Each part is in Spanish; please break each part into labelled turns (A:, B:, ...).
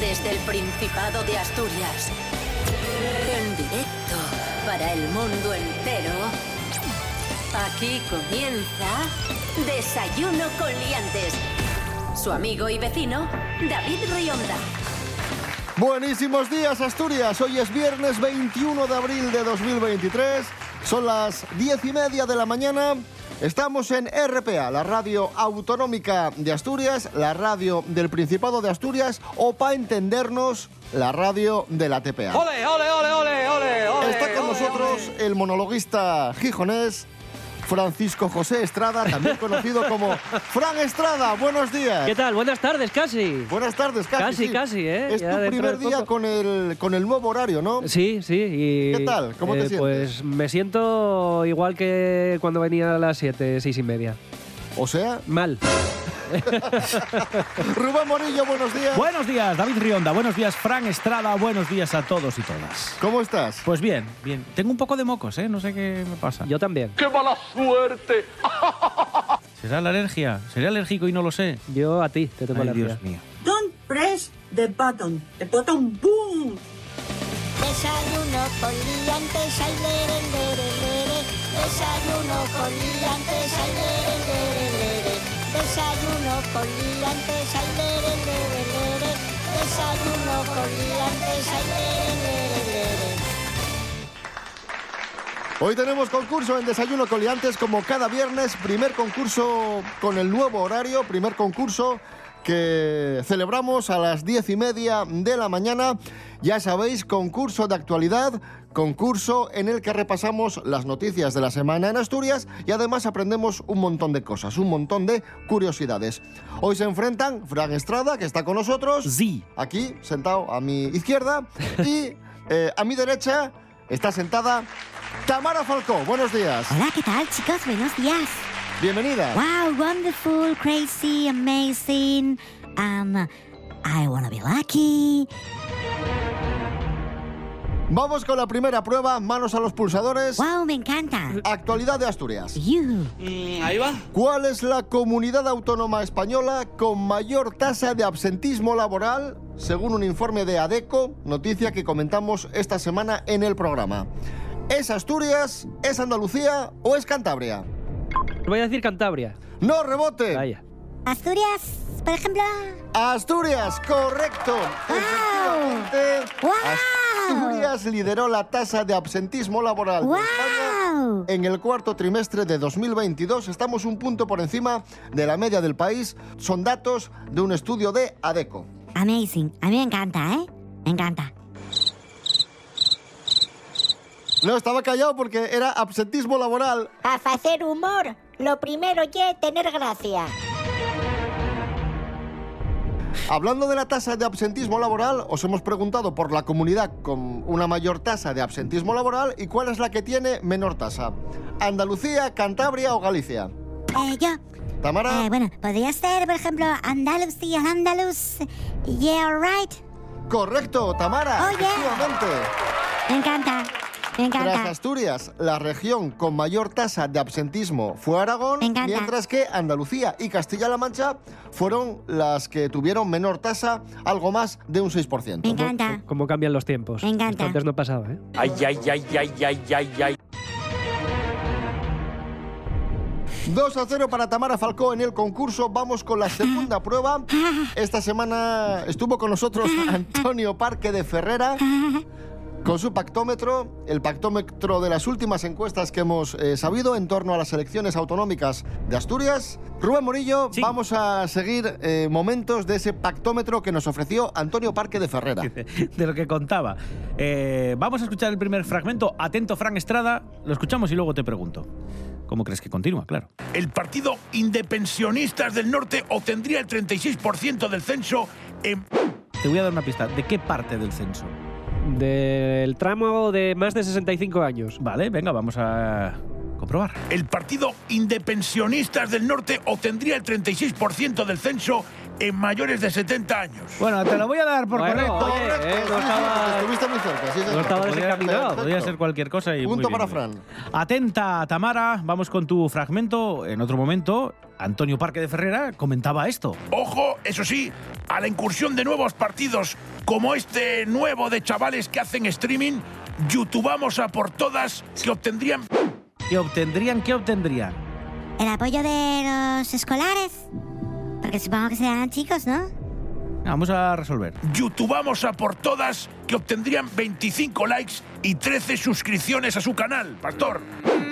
A: Desde el Principado de Asturias. En directo para el mundo entero. Aquí comienza Desayuno con Liantes. Su amigo y vecino, David Rionda.
B: Buenísimos días, Asturias. Hoy es viernes 21 de abril de 2023. Son las diez y media de la mañana. Estamos en RPA, la radio autonómica de Asturias, la radio del Principado de Asturias o, para entendernos, la radio de la TPA.
C: ¡Ole, ole, ole, ole, ole! ole
B: Está con
C: ole,
B: nosotros
C: ole.
B: el monologuista gijonés Francisco José Estrada, también conocido como Fran Estrada. Buenos días.
D: ¿Qué tal? Buenas tardes, casi.
B: Buenas tardes, casi.
D: Casi,
B: sí.
D: casi, ¿eh?
B: Es
D: Ya
B: tu
D: dentro
B: primer
D: de
B: día
D: poco.
B: con el, con el nuevo horario, ¿no?
D: Sí, sí. y,
B: ¿Qué tal? ¿Cómo te sientes?
D: Pues me siento igual que cuando venía a las 7, 6 y media.
B: O sea,
D: Mal.
B: Rubén Morillo, buenos días.
E: Buenos días, David Rionda. Buenos días, Fran Estrada. Buenos días a todos y todas.
B: ¿Cómo estás?
E: Pues bien, bien. Tengo un poco de mocos, ¿eh? No sé qué me pasa.
D: Yo también.
C: ¡Qué mala suerte!
E: ¿Será la alergia? ¿Seré alérgico y no lo sé?
D: Yo a ti te tengo
E: Ay,
D: la
E: Dios mío.
F: Don't press the button. The button boom.
G: Desayuno con liantes, ay, lere, lere, lere. Desayuno con liantes, ay, lere, lere, lere. Desayuno con liantes, ay, lere, lere, lere. Desayuno con liantes, ay, lere, lere, lere.
B: Hoy tenemos concurso en Desayuno Coliantes, como cada viernes, primer concurso con el nuevo horario, primer concurso que celebramos a las diez y media de la mañana. Ya sabéis, concurso de actualidad, concurso en el que repasamos las noticias de la semana en Asturias y además aprendemos un montón de cosas, un montón de curiosidades. Hoy se enfrentan Fran Estrada, que está con nosotros
E: Sí.
B: aquí, sentado a mi izquierda, y eh, a mi derecha está sentada Tamara Falcó. Buenos días.
H: Hola, ¿qué tal chicos? Buenos días.
B: Bienvenida.
H: Wow, wonderful, crazy, amazing. Um, I wanna be lucky.
B: Vamos con la primera prueba, manos a los pulsadores.
H: Wow, me encanta.
B: Actualidad de Asturias.
H: You.
C: Mm, ahí va.
B: ¿Cuál es la comunidad autónoma española con mayor tasa de absentismo laboral según un informe de ADECO, noticia que comentamos esta semana en el programa? ¿Es Asturias, es Andalucía o es Cantabria?
D: Voy a decir Cantabria.
B: No rebote.
D: Vaya.
H: Asturias, por ejemplo.
B: Asturias, correcto. Efectivamente,
H: ¡Guau!
B: Asturias lideró la tasa de absentismo laboral de España
H: Wow.
B: en el cuarto trimestre de 2022. Estamos un punto por encima de la media del país. Son datos de un estudio de ADECO.
H: Amazing. A mí me encanta, ¿eh? Me encanta.
B: No, estaba callado porque era absentismo laboral.
G: Para hacer humor, lo primero ya es tener gracia.
B: Hablando de la tasa de absentismo laboral, os hemos preguntado por la comunidad con una mayor tasa de absentismo laboral y cuál es la que tiene menor tasa. Andalucía, Cantabria o Galicia.
H: Eh, yo.
B: Tamara.
H: Eh, bueno, podría ser, por ejemplo, Andalucía, Andalus. Yeah, right.
B: Correcto, Tamara.
H: Oh, yeah.
B: efectivamente.
H: Me encanta. Me
B: Tras
H: encanta.
B: Asturias, la región con mayor tasa de absentismo fue Aragón,
H: Me encanta.
B: mientras que Andalucía y Castilla-La Mancha fueron las que tuvieron menor tasa, algo más de un 6%.
H: Me encanta.
D: Cómo cambian los tiempos.
H: Ah. Me encanta.
D: Esto Antes no pasaba, ¿eh?
C: Ay, ay, ay, ay, ay, ay, ay.
B: 2 a 0 para Tamara Falcó en el concurso. Vamos con la segunda prueba. Esta semana estuvo con nosotros Antonio Parque de Ferrera con su pactómetro, el pactómetro de las últimas encuestas que hemos eh, sabido en torno a las elecciones autonómicas de Asturias. Rubén Morillo,
E: Sí.
B: vamos a seguir eh, momentos de ese pactómetro que nos ofreció Antonio Parque de Ferrera.
D: eh,
E: De lo que contaba. Eh, vamos a escuchar el primer fragmento. Atento, Fran Estrada. Lo escuchamos y luego te pregunto. ¿Cómo crees que continúa? Claro.
I: El Partido Indepensionistas del Norte obtendría el 36% del censo em, en...
E: Te voy a dar una pista. ¿De qué parte del censo?
D: Del tramo de más de 65 años.
E: Vale, venga, vamos a comprobar.
I: El Partido Indepensionistas del Norte obtendría el 36% del censo en mayores de 70 años.
E: Bueno, te lo voy a dar por
D: Bueno,
E: correcto.
D: oye, eh, no
B: sí, sí,
D: estaba-
B: estuviste muy cerca. Sí,
D: no estaba
E: Podría,
D: desencaminado.
E: podría ser cualquier cosa. Y
B: Punto
E: muy bien,
B: para
E: muy bien.
B: Fran.
E: Atenta, Tamara. Vamos con tu fragmento. En otro momento, Antonio Parque de Ferrera comentaba esto.
I: Ojo, eso sí, a la incursión de nuevos partidos como este nuevo de chavales que hacen streaming, youtubamos a por todas que obtendrían
E: ¿Qué obtendrían? ¿Qué obtendrían?
H: El apoyo de los escolares. Porque supongo que serán chicos, ¿no?
E: Ah, Vamos a resolver.
I: youtubamos a por todas que obtendrían 25 likes y 13 suscripciones a su canal, pastor.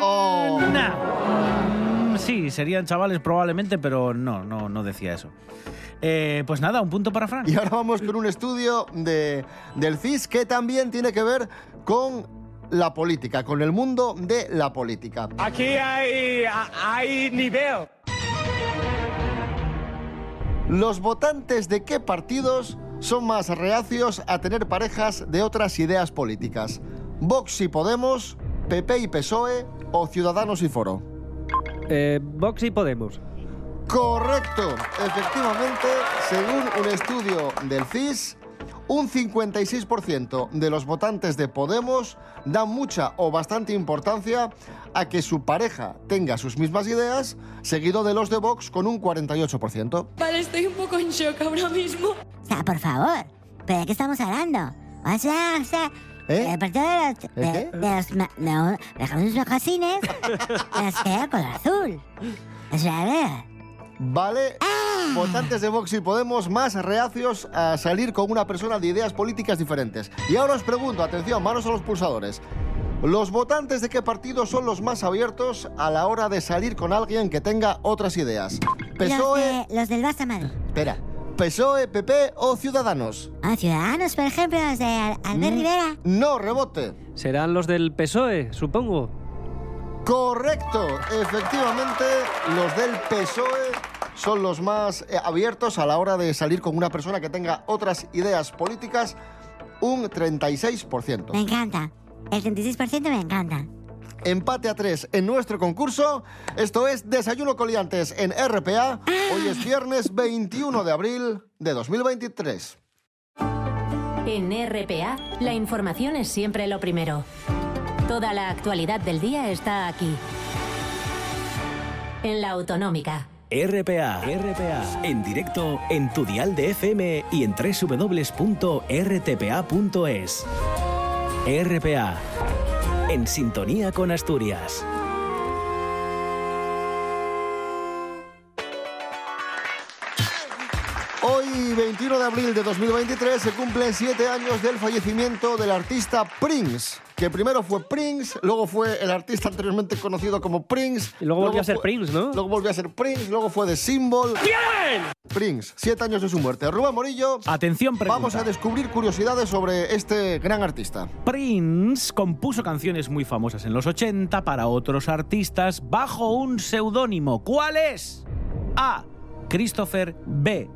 B: Oh,
E: Mm, Sí, serían chavales probablemente, pero no, no, no decía eso. Eh, pues nada, un punto para Fran.
B: Y ahora vamos con un estudio de, del CIS que también tiene que ver con la política, con el mundo de la política.
C: Aquí hay, hay nivel.
B: ¿Los votantes de qué partidos son más reacios a tener parejas de otras ideas políticas? ¿Vox y Podemos, PP y PSOE o Ciudadanos y Foro?
D: Eh, Vox y Podemos.
B: Correcto. Efectivamente, según un estudio del CIS, un 56% de los votantes de Podemos dan mucha o bastante importancia a que su pareja tenga sus mismas ideas, seguido de los de Vox con un 48%.
J: Vale, estoy un poco en shock ahora mismo.
H: O sea, por favor. ¿Pero de qué estamos hablando? O sea, o sea...
B: ¿Eh?
H: El partido de los... De,
B: ¿Eh, qué?
H: de los... ma- no, de los mocasines... los que era color azul. O sea, a ver...
B: ¿Vale?
H: Ah.
B: Votantes de Vox y Podemos más reacios a salir con una persona de ideas políticas diferentes. Y ahora os pregunto, atención, manos a los pulsadores. ¿Los votantes de qué partido son los más abiertos a la hora de salir con alguien que tenga otras ideas? PSOE,
H: Los, de- los del Barça Madrid.
B: E? espera, PSOE, PP o Ciudadanos.
H: Ah, Ciudadanos, por ejemplo, los de Al- Albert
B: Mm.
H: Rivera.
B: No, rebote.
D: Serán los del PSOE, E, supongo.
B: Correcto, efectivamente, los del PSOE E son los más eh, abiertos a la hora de salir con una persona que tenga otras ideas políticas, un
H: Me
B: 36%.
H: encanta. El 36% me encanta.
B: Empate a 3 en nuestro concurso. Esto es Desayuno Coliantes en RPA. Hoy es viernes 21 de abril de 2023.
A: En RPA, la información es siempre lo primero. Toda la actualidad del día está aquí. En la autonómica.
K: RPA, RPA, en directo en tu dial de FM y en www.rtpa.es. RPA, en sintonía con Asturias.
B: Hoy, 21 de abril de 2023, se cumplen siete años del fallecimiento del artista Prince, que primero fue Prince, luego fue el artista anteriormente conocido como Prince.
D: Y luego volvió a ser
B: fue-
D: Prince, ¿no?
B: Luego volvió a ser Prince, luego fue The Symbol. Prince, siete años de su muerte. Rubén Morillo,
D: Ah,
E: Atención, pregunta.
B: vamos a descubrir curiosidades sobre este gran artista.
E: Prince compuso canciones muy famosas en los 80 para otros artistas bajo un seudónimo. ¿Cuál es? A. Christopher B.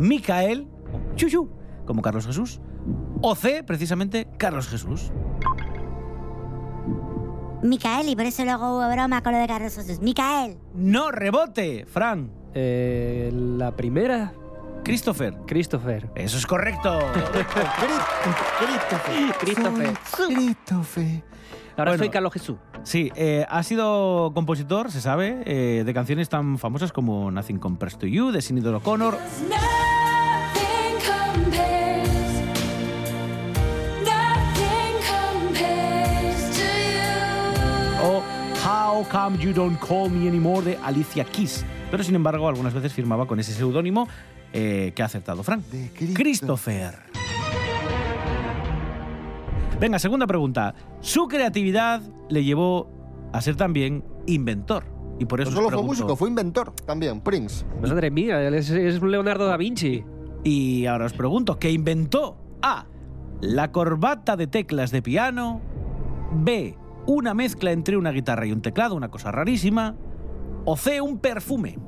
E: Micael Chuchu, como Carlos Jesús. O C, precisamente, Carlos Jesús.
H: Micael, y por eso luego hubo broma con lo de Carlos Jesús. Micael.
E: No rebote, Fran.
D: Eh, la primera,
E: Christopher.
D: Christopher.
E: Eso es correcto.
D: Christopher.
B: Christopher.
D: Ahora
E: Bueno.
D: soy Carlos Jesús.
E: Sí, eh, ha sido compositor, se sabe, eh, de canciones tan famosas como Nothing Compares to You, de Sinidor O'Connor,
J: Nothing compares. Nothing compares to you.
E: o How Come You Don't Call Me Anymore de Alicia Keys. Pero sin embargo, algunas veces firmaba con ese seudónimo eh, que ha acertado Frank.
B: De Christo-
E: Christopher. Venga, segunda pregunta. Su creatividad le llevó a ser también inventor. Y por eso os
B: No solo fue
E: pregunto,
B: músico, fue inventor también, Prince.
D: Madre mía, él es, es un Leonardo da Vinci.
E: Y ahora os pregunto, ¿qué inventó? A. La corbata de teclas de piano. B. Una mezcla entre una guitarra y un teclado, una cosa rarísima. O C. Un perfume.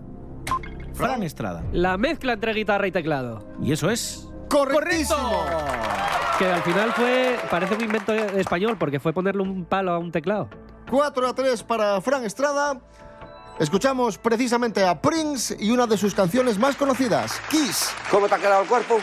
E: Fran Estrada.
D: La mezcla entre guitarra y teclado.
E: Y eso es...
B: ¡Correctísimo!
D: Que al final fue, parece un invento español, porque fue ponerle un palo a un teclado.
B: 4 a 3 para Fran Estrada. Escuchamos precisamente a Prince y una de sus canciones más conocidas, Kiss.
L: ¿Cómo te ha quedado el cuerpo?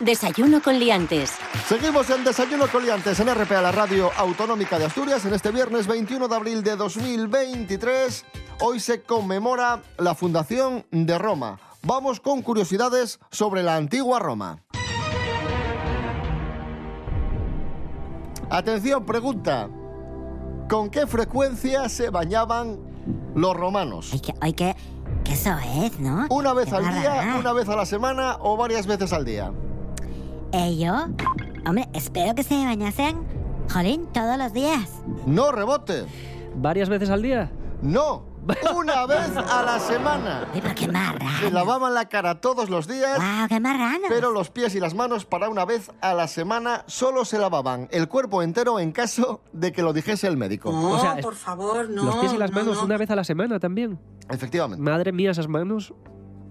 A: Desayuno con liantes.
B: Seguimos en Desayuno con Liantes en RPA, la radio autonómica de Asturias, en este viernes 21 de abril de 2023. Hoy se conmemora la fundación de Roma. Vamos con curiosidades sobre la antigua Roma. Atención, pregunta. ¿Con qué frecuencia se bañaban los romanos?
H: Ay, qué, qué soez, ¿no?
B: Una vez
H: Qué
B: al día,
H: barbaridad.
B: una vez a la semana o varias veces al día.
H: Eh, yo, hombre, espero que se bañasen, jolín, todos los días.
B: No rebote.
D: ¿Varias veces al día?
B: No. Una vez a la semana.
H: qué
B: Se lavaban la cara todos los días.
H: ¡Wow, qué marrano!
B: Pero los pies y las manos para una vez a la semana solo se lavaban el cuerpo entero en caso de que lo dijese el médico.
M: Oh.
F: No, por favor, no.
D: los pies y las
F: no,
D: manos
F: no.
D: una vez a la semana también.
B: Efectivamente.
D: Madre mía, esas manos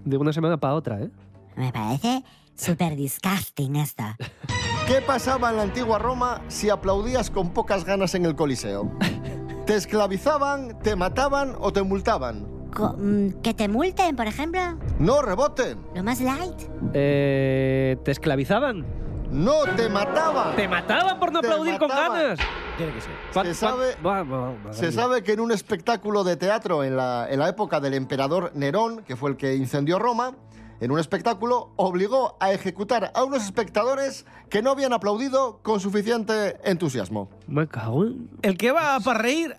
D: de una semana para otra, ¿eh?
H: Me parece súper disgusting esto.
B: ¿Qué pasaba en la antigua Roma si aplaudías con pocas ganas en el Coliseo? ¿Te esclavizaban, te mataban o te multaban?
H: Co- mm, que te multen, por ejemplo,
B: No reboten.
H: lo más light.
D: Eh, ¿Te esclavizaban?
B: No te mataban.
D: ¡Te mataban por no
B: Te
D: aplaudir con
B: mataban.
D: ganas!
E: Tiene que ser.
D: ¿Cuán- cuán-
B: sabe-
D: Buah, buah, madre
B: Se
D: mía.
B: sabe que en un espectáculo de teatro en la, en la época del emperador Nerón, que fue el que incendió Roma, en un espectáculo obligó a ejecutar a unos espectadores que no habían aplaudido con suficiente entusiasmo.
D: Me cago en-
E: El que va para reír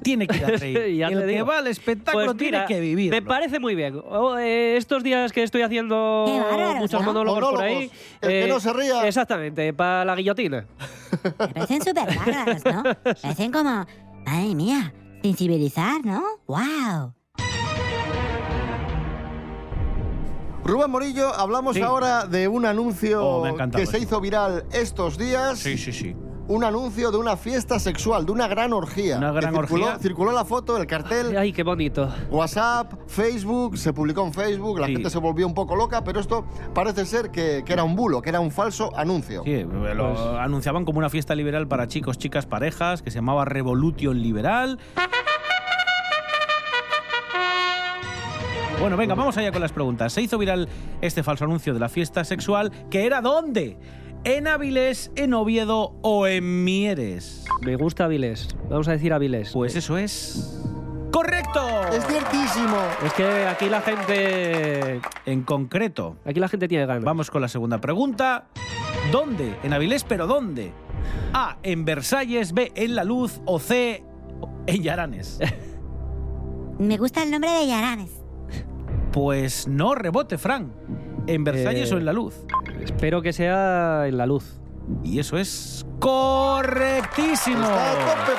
E: tiene que ir a reír.
D: Pues Ya
E: el
D: te
E: que
D: digo.
E: va al espectáculo
D: Pues
E: tiene
D: mira,
E: que vivir.
D: Me parece muy bien. O, eh, estos días que estoy haciendo
H: Qué bárbaros,
D: muchos
H: ¿no?
D: monólogos, por ahí.
B: Monólogos. El que
D: eh,
B: no se ría.
D: Exactamente, para la guillotina.
H: Me parecen súper bárbaros, ¿no? Parecen como, madre mía, sin civilizar, ¿no? ¡Wow!
B: Rubén Morillo, hablamos
E: Sí.
B: ahora de un anuncio
E: Oh, me ha encantado
B: que se
E: eso.
B: hizo viral estos días.
E: Sí, sí, sí.
B: Un anuncio de una fiesta sexual, de una gran orgía.
E: Una
B: que
E: gran
B: circuló,
E: orgía.
B: circuló la foto, el cartel,
D: Ay, qué bonito.
B: WhatsApp, Facebook, se publicó en Facebook, la
E: Sí.
B: gente se volvió un poco loca, pero esto parece ser que, que era un bulo, que era un falso anuncio.
E: Sí, lo
D: Pues-
E: anunciaban como una fiesta liberal para chicos, chicas, parejas, que se llamaba Revolution Liberal. Bueno, venga, vamos allá con las preguntas. Se hizo viral este falso anuncio de la fiesta sexual, que era ¿dónde? ¿En Avilés, en Oviedo o en Mieres?
D: Me gusta Avilés. Vamos a decir Avilés.
E: Pues eso es... ¡Correcto!
B: Es ciertísimo.
D: Es que aquí la gente.
E: En concreto,
D: Aquí la gente tiene ganas.
E: vamos con la segunda pregunta. ¿Dónde? En Avilés, pero ¿dónde? A. En Versalles. B. En La Luz. O C. En Yaranes.
H: Me gusta el nombre de Yaranes.
E: Pues no rebote, Fran. ¿En Versalles
D: Eh,
E: o en La Luz?
D: Espero que sea en la luz.
E: Y eso es correctísimo.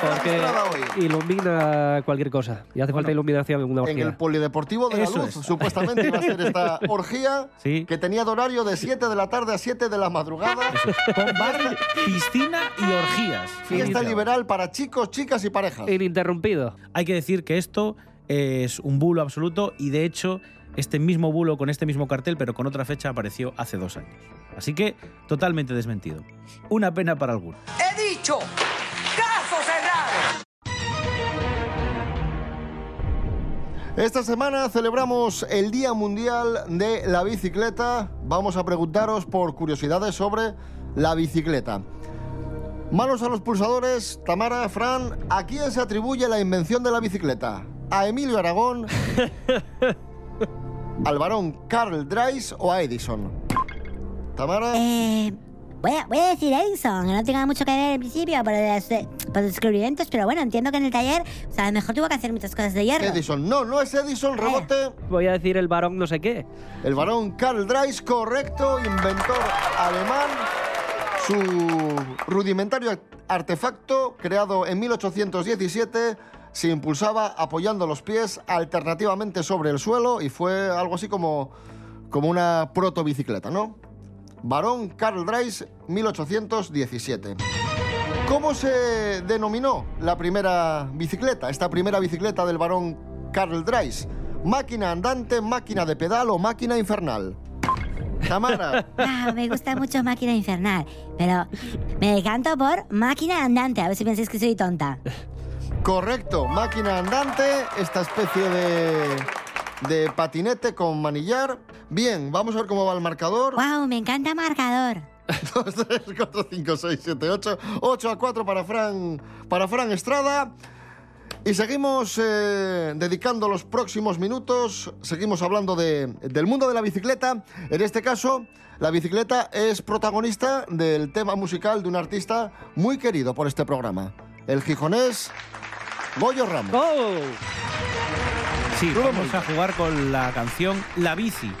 D: Porque ilumina cualquier cosa. Y hace falta iluminación en una
B: En
D: orgía.
B: el polideportivo de
D: Eso
B: la luz,
D: es.
B: supuestamente iba a ser esta orgía
D: Sí.
B: que tenía de horario de 7 de la tarde a 7 de la madrugada.
E: Con bar, piscina y orgías.
B: Fiesta
E: Iniciado.
B: liberal para chicos, chicas y parejas.
D: Ininterrumpido.
E: Hay que decir que esto es un bulo absoluto y de hecho este mismo bulo con este mismo cartel pero con otra fecha apareció hace dos años. Así que totalmente desmentido. Una pena para alguno.
J: He dicho, caso cerrado.
B: Esta semana celebramos el Día Mundial de la Bicicleta. Vamos a preguntaros por curiosidades sobre la bicicleta. Manos a los pulsadores, Tamara, Fran, ¿a quién se atribuye la invención de la bicicleta? ¿A Emilio Aragón? ¿Al varón Carl Dreis o a Edison? Tamara.
H: Eh, voy, a, voy a decir Edison, que no tenía mucho que ver al principio por, las- eh, por los descubrimientos, pero bueno, entiendo que en el taller, o sea, a lo mejor tuvo que hacer muchas cosas de hierro.
B: Edison, no, no es Edison, rebote.
D: Voy a decir el varón no sé qué.
B: El varón Karl Dreis, correcto, inventor alemán. Su rudimentario artefacto, creado en 1817, se impulsaba apoyando los pies alternativamente sobre el suelo y fue algo así como, como una protobicicleta, ¿no? Varón Karl Dreis, 1817. ¿Cómo se denominó la primera bicicleta, esta primera bicicleta del varón Karl Dreis? ¿Máquina andante, máquina de pedal o máquina infernal? Tamara,
H: Ah, me gusta mucho Máquina Infernal, pero me decanto por Máquina Andante, a ver si pensáis que soy tonta.
B: correcto, máquina andante, esta especie de, de patinete con manillar. Bien, vamos a ver cómo va el marcador.
H: ¡Wow! Me encanta marcador.
B: 2, 3, 4, 5, 6, 7, 8. 8 a 4 para Fran, para Fran Estrada. Y seguimos eh, dedicando los próximos minutos, seguimos hablando de- del mundo de la bicicleta. En este caso, la bicicleta es protagonista del tema musical de un artista muy querido por este programa, el gijonés Goyo Ramos.
E: Sí,
B: Rubén
E: vamos a jugar con la canción La Bici.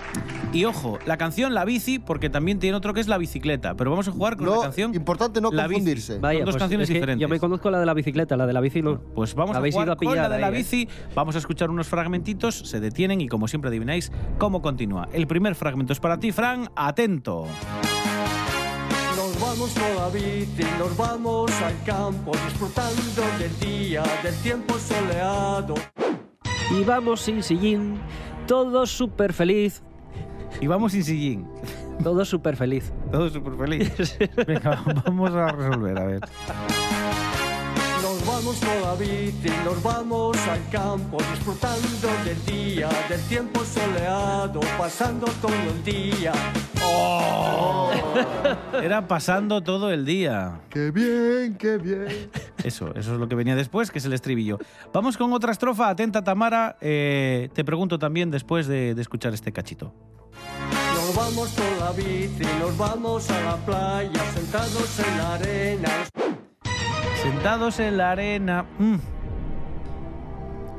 E: Y ojo, la canción La Bici, porque también tiene otro que es La Bicicleta, pero vamos a jugar con
B: No,
E: la canción
B: importante no
E: La Bici.
B: confundirse.
E: Vaya, Son dos
D: pues
E: canciones
D: es que
E: diferentes.
D: Yo me conozco la de la bicicleta, la de la bici no.
E: Pues vamos a
D: Habéis
E: jugar
D: ido a
E: con la
D: pillar
E: de la
D: ahí, ¿eh?
E: bici. Vamos a escuchar unos fragmentitos, se detienen y como siempre adivináis cómo continúa. El primer fragmento es para ti, Fran. Atento.
L: Nos vamos con la bici, nos vamos al campo, disfrutando del día, del tiempo soleado.
D: Y vamos sin sillín, todo súper feliz.
E: Y vamos sin sillín.
D: Todo súper feliz.
E: Todo súper feliz. Venga, vamos a resolver, a ver.
L: Nos vamos con la bici, nos vamos al campo, disfrutando del día, del tiempo soleado, pasando todo el día.
E: Era pasando todo el día.
B: ¡Qué bien, qué bien!
E: Eso, eso es lo que venía después, que es el estribillo. Vamos con otra estrofa. Atenta, Tamara. Eh, te pregunto también después de, de escuchar este cachito.
L: Nos vamos con la bici, nos vamos a la playa, sentados en la arena.
E: Sentados en la arena. Mm.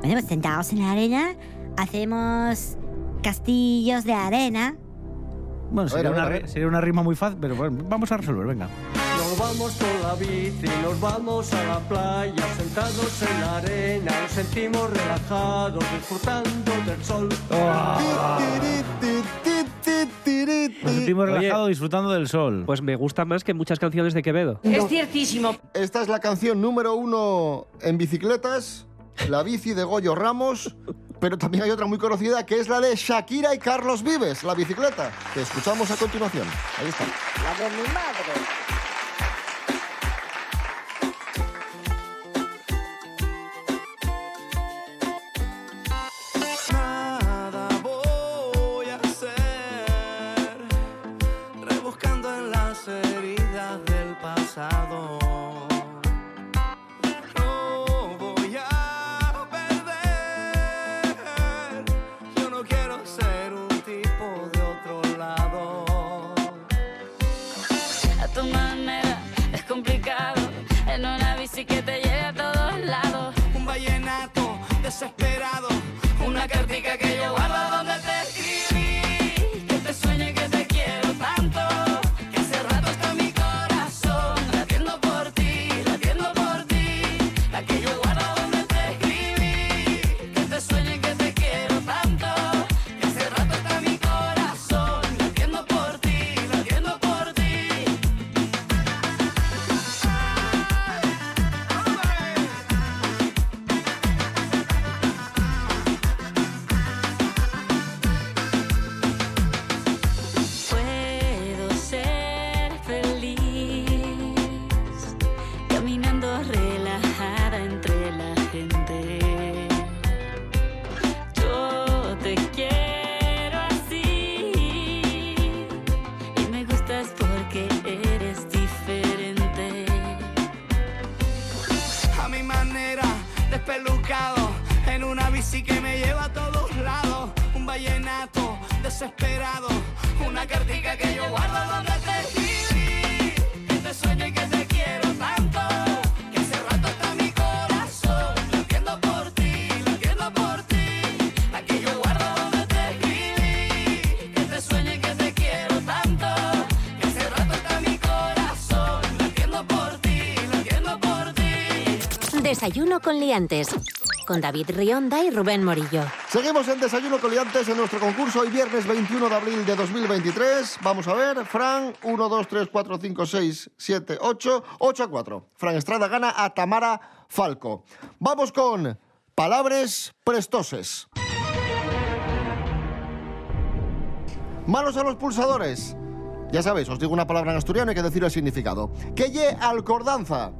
H: Bueno, pues sentados en la arena, hacemos castillos de arena.
E: Bueno,
L: A ver,
E: sería,
L: a ver,
E: una,
L: a
E: re-
L: ver.
E: sería una rima muy fácil, pero bueno, vamos a resolver, venga.
L: Nos vamos con la bici, nos vamos a la playa, sentados en la arena, nos sentimos relajados, disfrutando del sol.
E: Nos sentimos
D: Oye.
E: relajados disfrutando del sol.
D: Pues me gusta más que muchas canciones de Quevedo.
A: Es ciertísimo.
B: Esta es la canción número uno en bicicletas, la bici de Goyo Ramos, pero también hay otra muy conocida que es la de Shakira y Carlos Vives, la bicicleta, que escuchamos a continuación. Ahí está.
G: La de mi madre.
N: Nada voy a hacer rebuscando en las heridas del pasado. No voy a perder. Yo no quiero ser un tipo de otro lado.
J: A tomar
N: que me lleva a todos lados. Un vallenato desesperado, una cartica que yo guardo donde te escribí. Que te sueño y que te quiero tanto. Que hace rato está mi corazón. Lo entiendo por ti, lo entiendo por ti. La que yo guardo donde te escribí. Que te sueño y que te quiero tanto. Que hace rato está mi corazón. Lo entiendo por ti, lo entiendo por ti.
A: Desayuno con liantes. Con David Rionda y Rubén Morillo.
B: Seguimos en Desayuno Coliantes en nuestro concurso hoy viernes 21 de abril de 2023. Vamos a ver, Fran, 1, 2, 3, 4, 5, 6, 7, 8, 8 a 4. Fran Estrada gana a Tamara Falco. Vamos con palabras prestoses. Manos a los pulsadores. Ya sabéis, os digo una palabra en asturiano y hay que decir el significado. Que ye al cordanza.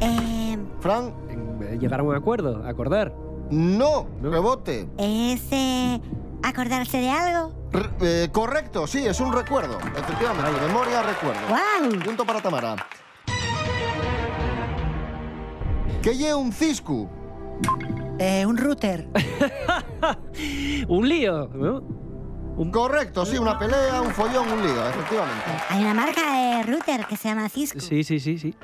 H: Em,
B: Fran.
D: Eh, Llegar a un acuerdo, acordar.
B: No, rebote.
H: ¿Es eh, acordarse de algo?
B: R- eh, correcto, sí, es un recuerdo. Efectivamente, memoria, recuerdo. Punto para Tamara. Que lle un cisco.
O: un router.
D: un lío, ¿no?
B: Correcto, sí, una pelea, un follón, un lío, efectivamente.
H: Hay una marca de router que se llama Cisco.
D: Sí, sí, sí, sí.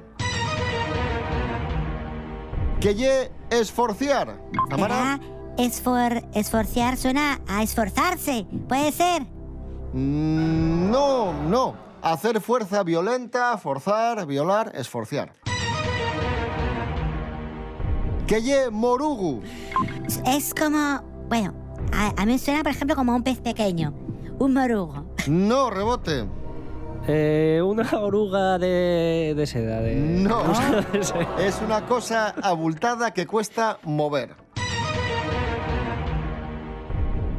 B: Que lle esforciar. Tamara.
H: Será esfor- esforciar suena a esforzarse. Puede ser.
B: Mm, No, no. Hacer fuerza violenta, forzar, violar, esforciar. Que lle morugu.
H: Es como. Bueno, a, a mí suena, por ejemplo, como a un pez pequeño. Un morugo.
B: No, rebote.
D: Eh, una oruga de, de seda. De...
B: No, es una cosa abultada que cuesta mover.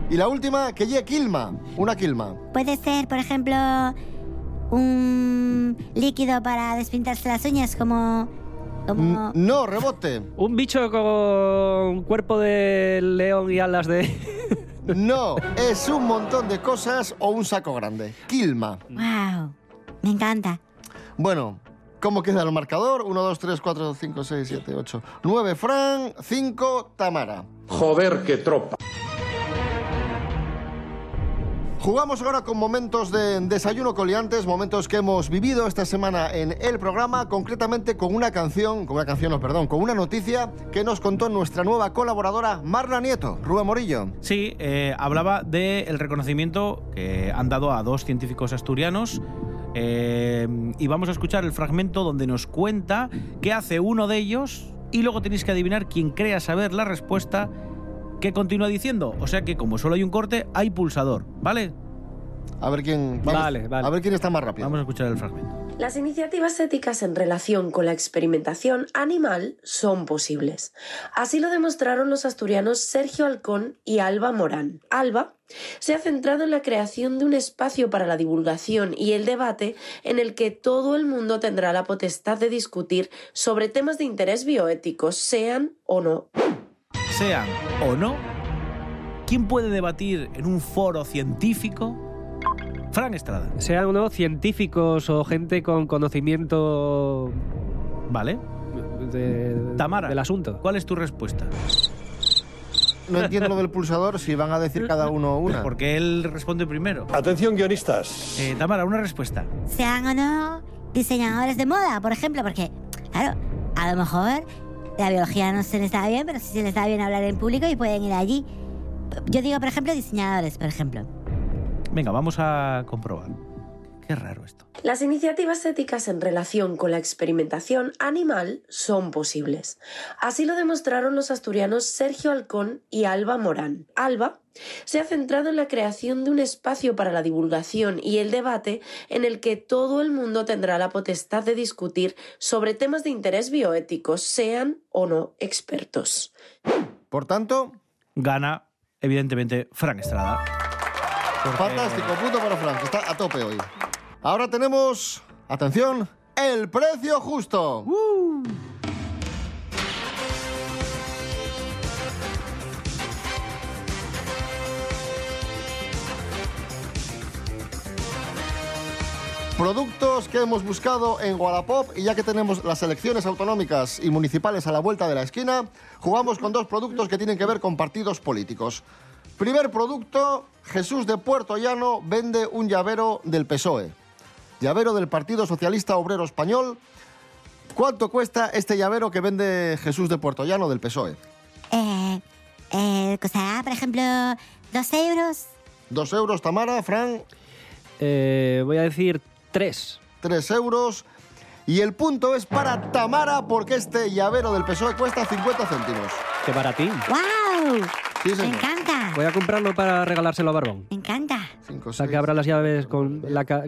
B: Y la última, que lle quilma. Una quilma.
H: Puede ser, por ejemplo, un líquido para despintarse las uñas, como. como...
B: No, rebote.
D: Un bicho con cuerpo de león y alas de...
B: No, es un montón de cosas o un saco grande. Quilma.
H: ¡Wow! Me encanta.
B: Bueno, ¿cómo queda el marcador? 1, 2, 3, 4, 5, 6, 7, 8, 9, Fran, 5, Tamara.
P: Joder, qué tropa.
B: Jugamos ahora con momentos de desayuno coliantes, momentos que hemos vivido esta semana en el programa, concretamente con una canción, con una canción, no, perdón, con una noticia que nos contó nuestra nueva colaboradora Marla Nieto, Rubén Morillo.
E: Sí, eh, hablaba del reconocimiento que han dado a dos científicos asturianos. eh, y vamos a escuchar el fragmento donde nos cuenta qué hace uno de ellos y luego tenéis que adivinar quién crea saber la respuesta que continúa diciendo. O sea que como solo hay un corte, hay pulsador, ¿vale?
B: A ver quién,
E: vale,
B: a ver quién está más rápido.
E: Vamos a escuchar el fragmento.
M: Las iniciativas éticas en relación con la experimentación animal son posibles. Así lo demostraron los asturianos Sergio Alcón y Alba Morán. Alba se ha centrado en la creación de un espacio para la divulgación y el debate en el que todo el mundo tendrá la potestad de discutir sobre temas de interés bioético, sean o no
E: Sean o no, ¿quién puede debatir en un foro científico? Fran Estrada.
D: Sean unos científicos o gente con conocimiento...
E: Vale. Tamara. Del asunto. ¿Cuál es tu respuesta?
B: No entiendo lo del pulsador, si van a decir cada uno una.
E: Porque él responde primero.
P: Atención, guionistas.
E: Eh, Tamara, una respuesta.
H: Sean o no diseñadores de moda, por ejemplo, porque, claro, a lo mejor la biología no se les da bien, pero sí se les da bien hablar en público y pueden ir allí. Yo digo, por ejemplo, diseñadores, por ejemplo.
E: Venga, vamos a comprobar. Qué raro esto.
M: Las iniciativas éticas en relación con la experimentación animal son posibles. Así lo demostraron los asturianos Sergio Alcón y Alba Morán. Alba se ha centrado en la creación de un espacio para la divulgación y el debate en el que todo el mundo tendrá la potestad de discutir sobre temas de interés bioético, sean o no expertos.
B: Por tanto,
E: gana, evidentemente, Fran Estrada.
B: Fantástico, punto para Fran, que está a tope hoy. Ahora tenemos, atención, el precio justo. Productos que hemos buscado en Wallapop y ya que tenemos las elecciones autonómicas y municipales a la vuelta de la esquina, jugamos con dos productos que tienen que ver con partidos políticos. Primer producto, Jesús de Puerto Llano vende un llavero del PSOE, E. llavero del Partido Socialista Obrero Español. ¿Cuánto cuesta este llavero que vende Jesús de Puerto Llano del PSOE?
H: Eh, eh, costará, por ejemplo, dos euros.
B: Dos euros, Tamara, Fran.
D: Eh, voy a decir tres.
B: Tres euros. Y el punto es para Tamara porque este llavero del PSOE cuesta 50 céntimos.
D: Qué baratín.
H: ¡Wow!
B: Sí,
H: Me
B: señor.
H: encanta,
D: Voy a comprarlo para regalárselo a Barbón.
H: me encanta.
B: Cinco,
D: O sea, que
B: seis.
D: abra las llaves con la, ca-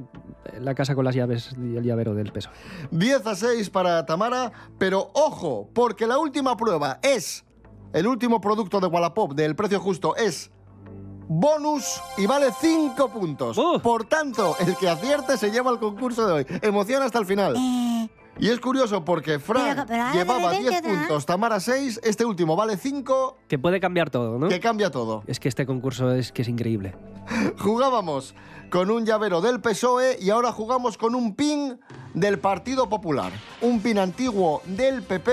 D: la casa con las llaves y el llavero del peso.
B: 10 a 6 para Tamara, pero ojo, porque la última prueba es, el último producto de Wallapop del precio justo es bonus y vale 5 puntos.
D: Uh.
B: Por tanto, el que acierte se lleva el concurso de hoy. Emoción hasta el final. Y es curioso porque Fran
H: Eh. Pero- pero ahora de
B: llevaba
H: repente
B: 10
H: otra.
B: puntos, Tamara 6, este último vale 5,
D: Que puede cambiar todo, ¿no?
B: que cambia todo.
D: Es que este concurso es que es increíble.
B: Jugábamos con un llavero del PSOE E y ahora jugamos con un pin del Partido Popular. Un pin antiguo del PP.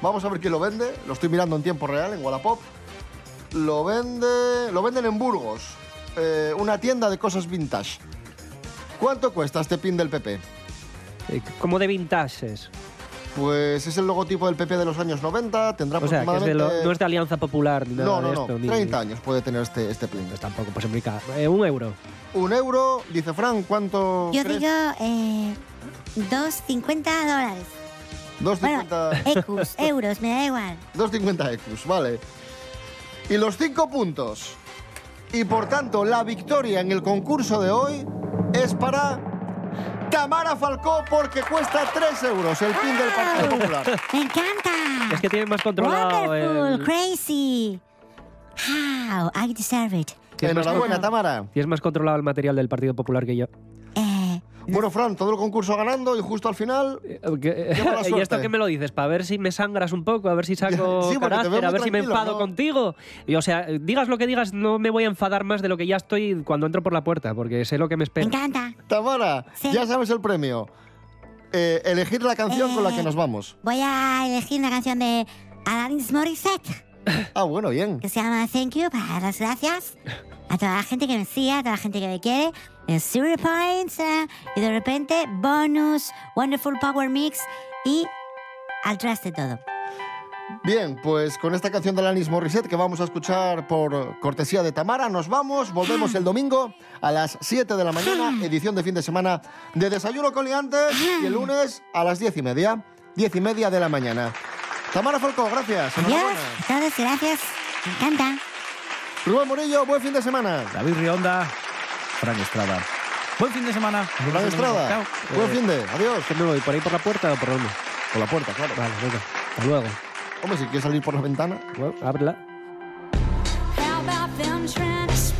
B: Vamos a ver quién lo vende. Lo estoy mirando en tiempo real en Wallapop. Lo vende. Lo venden en Burgos. eh, una tienda de cosas vintage. ¿Cuánto cuesta este pin del PP?
D: Eh, Como de vintage es.
B: Pues es el logotipo del PP de los años 90. Tendrá
D: O sea, que es de
B: aproximadamente.
D: lo- no es de Alianza Popular ni nada
B: no, no,
D: de
B: no,
D: esto. ni-
B: 30 años puede tener este, este pin.
D: Pues tampoco, pues implica eh, un euro.
B: Un euro, dice Fran, ¿cuánto?
H: Yo
B: crees?
H: digo eh, dos cincuenta dólares.
B: 250
H: Ecus, euros, me da igual.
B: 250 Ecus, vale. Y los cinco puntos. Y por tanto, la victoria en el concurso de hoy es para Tamara Falcó porque cuesta 3 euros el pin del Partido Popular.
H: ¡Me encanta!
D: Es que tiene más controlado.
H: Wonderful,
D: el-
H: crazy. How I deserve it.
D: tienes más
B: Enhorabuena,
D: con-
B: Tamara.
D: Tienes más controlado el material del Partido Popular que yo.
H: Eh,
B: Bueno, Fran, todo el concurso ganando y justo al final...
D: Eh, que-
B: Qué mala
D: ¿Y
B: suerte.
D: esto que me lo dices? Para ver si me sangras un poco, a ver si saco
B: Sí, porque te veo
D: carácter, a
B: muy
D: ver si me
B: tranquilo,
D: enfado
B: ¿no?
D: contigo. Y, o sea, digas lo que digas, no me voy a enfadar más de lo que ya estoy cuando entro por la puerta, porque sé lo que me
H: Me
D: espera.
H: encanta.
B: Tamara, ya sabes el premio. Eh, elegir la canción con la que nos vamos.
H: Voy a elegir una canción de Alanis Morissette
B: Ah, bueno, bien.
H: que se llama Thank You para dar las gracias a toda la gente que me sigue, a toda la gente que me quiere. En Zero Points eh, y de repente bonus, Wonderful Power Mix y al traste todo.
B: Bien, pues con esta canción de Alanis Morissette que vamos a escuchar por cortesía de Tamara, nos vamos, volvemos el domingo a las 7 de la
D: Hmm.
B: mañana, edición de fin de semana de Desayuno con Liantes, y el lunes a las 10 y media, 10 y media de la mañana. Tamara Falcó, gracias.
H: Adiós
B: enhorabuena.
H: a todos, gracias. Me encanta.
B: Rubén Morillo, buen fin de semana.
E: David Rionda, Fran Estrada. Buen fin de semana.
B: Fran Estrada,
E: Chao. Eh,
B: buen fin
D: Eh,
B: de, adiós.
D: ¿Qué me voy? ¿Por ahí por la puerta o por dónde?
B: Por la puerta, claro.
D: Vale, venga. Hasta luego.
B: Hombre, si quieres salir por la ventana.
D: Bueno, ábrela.
Q: How about them trying to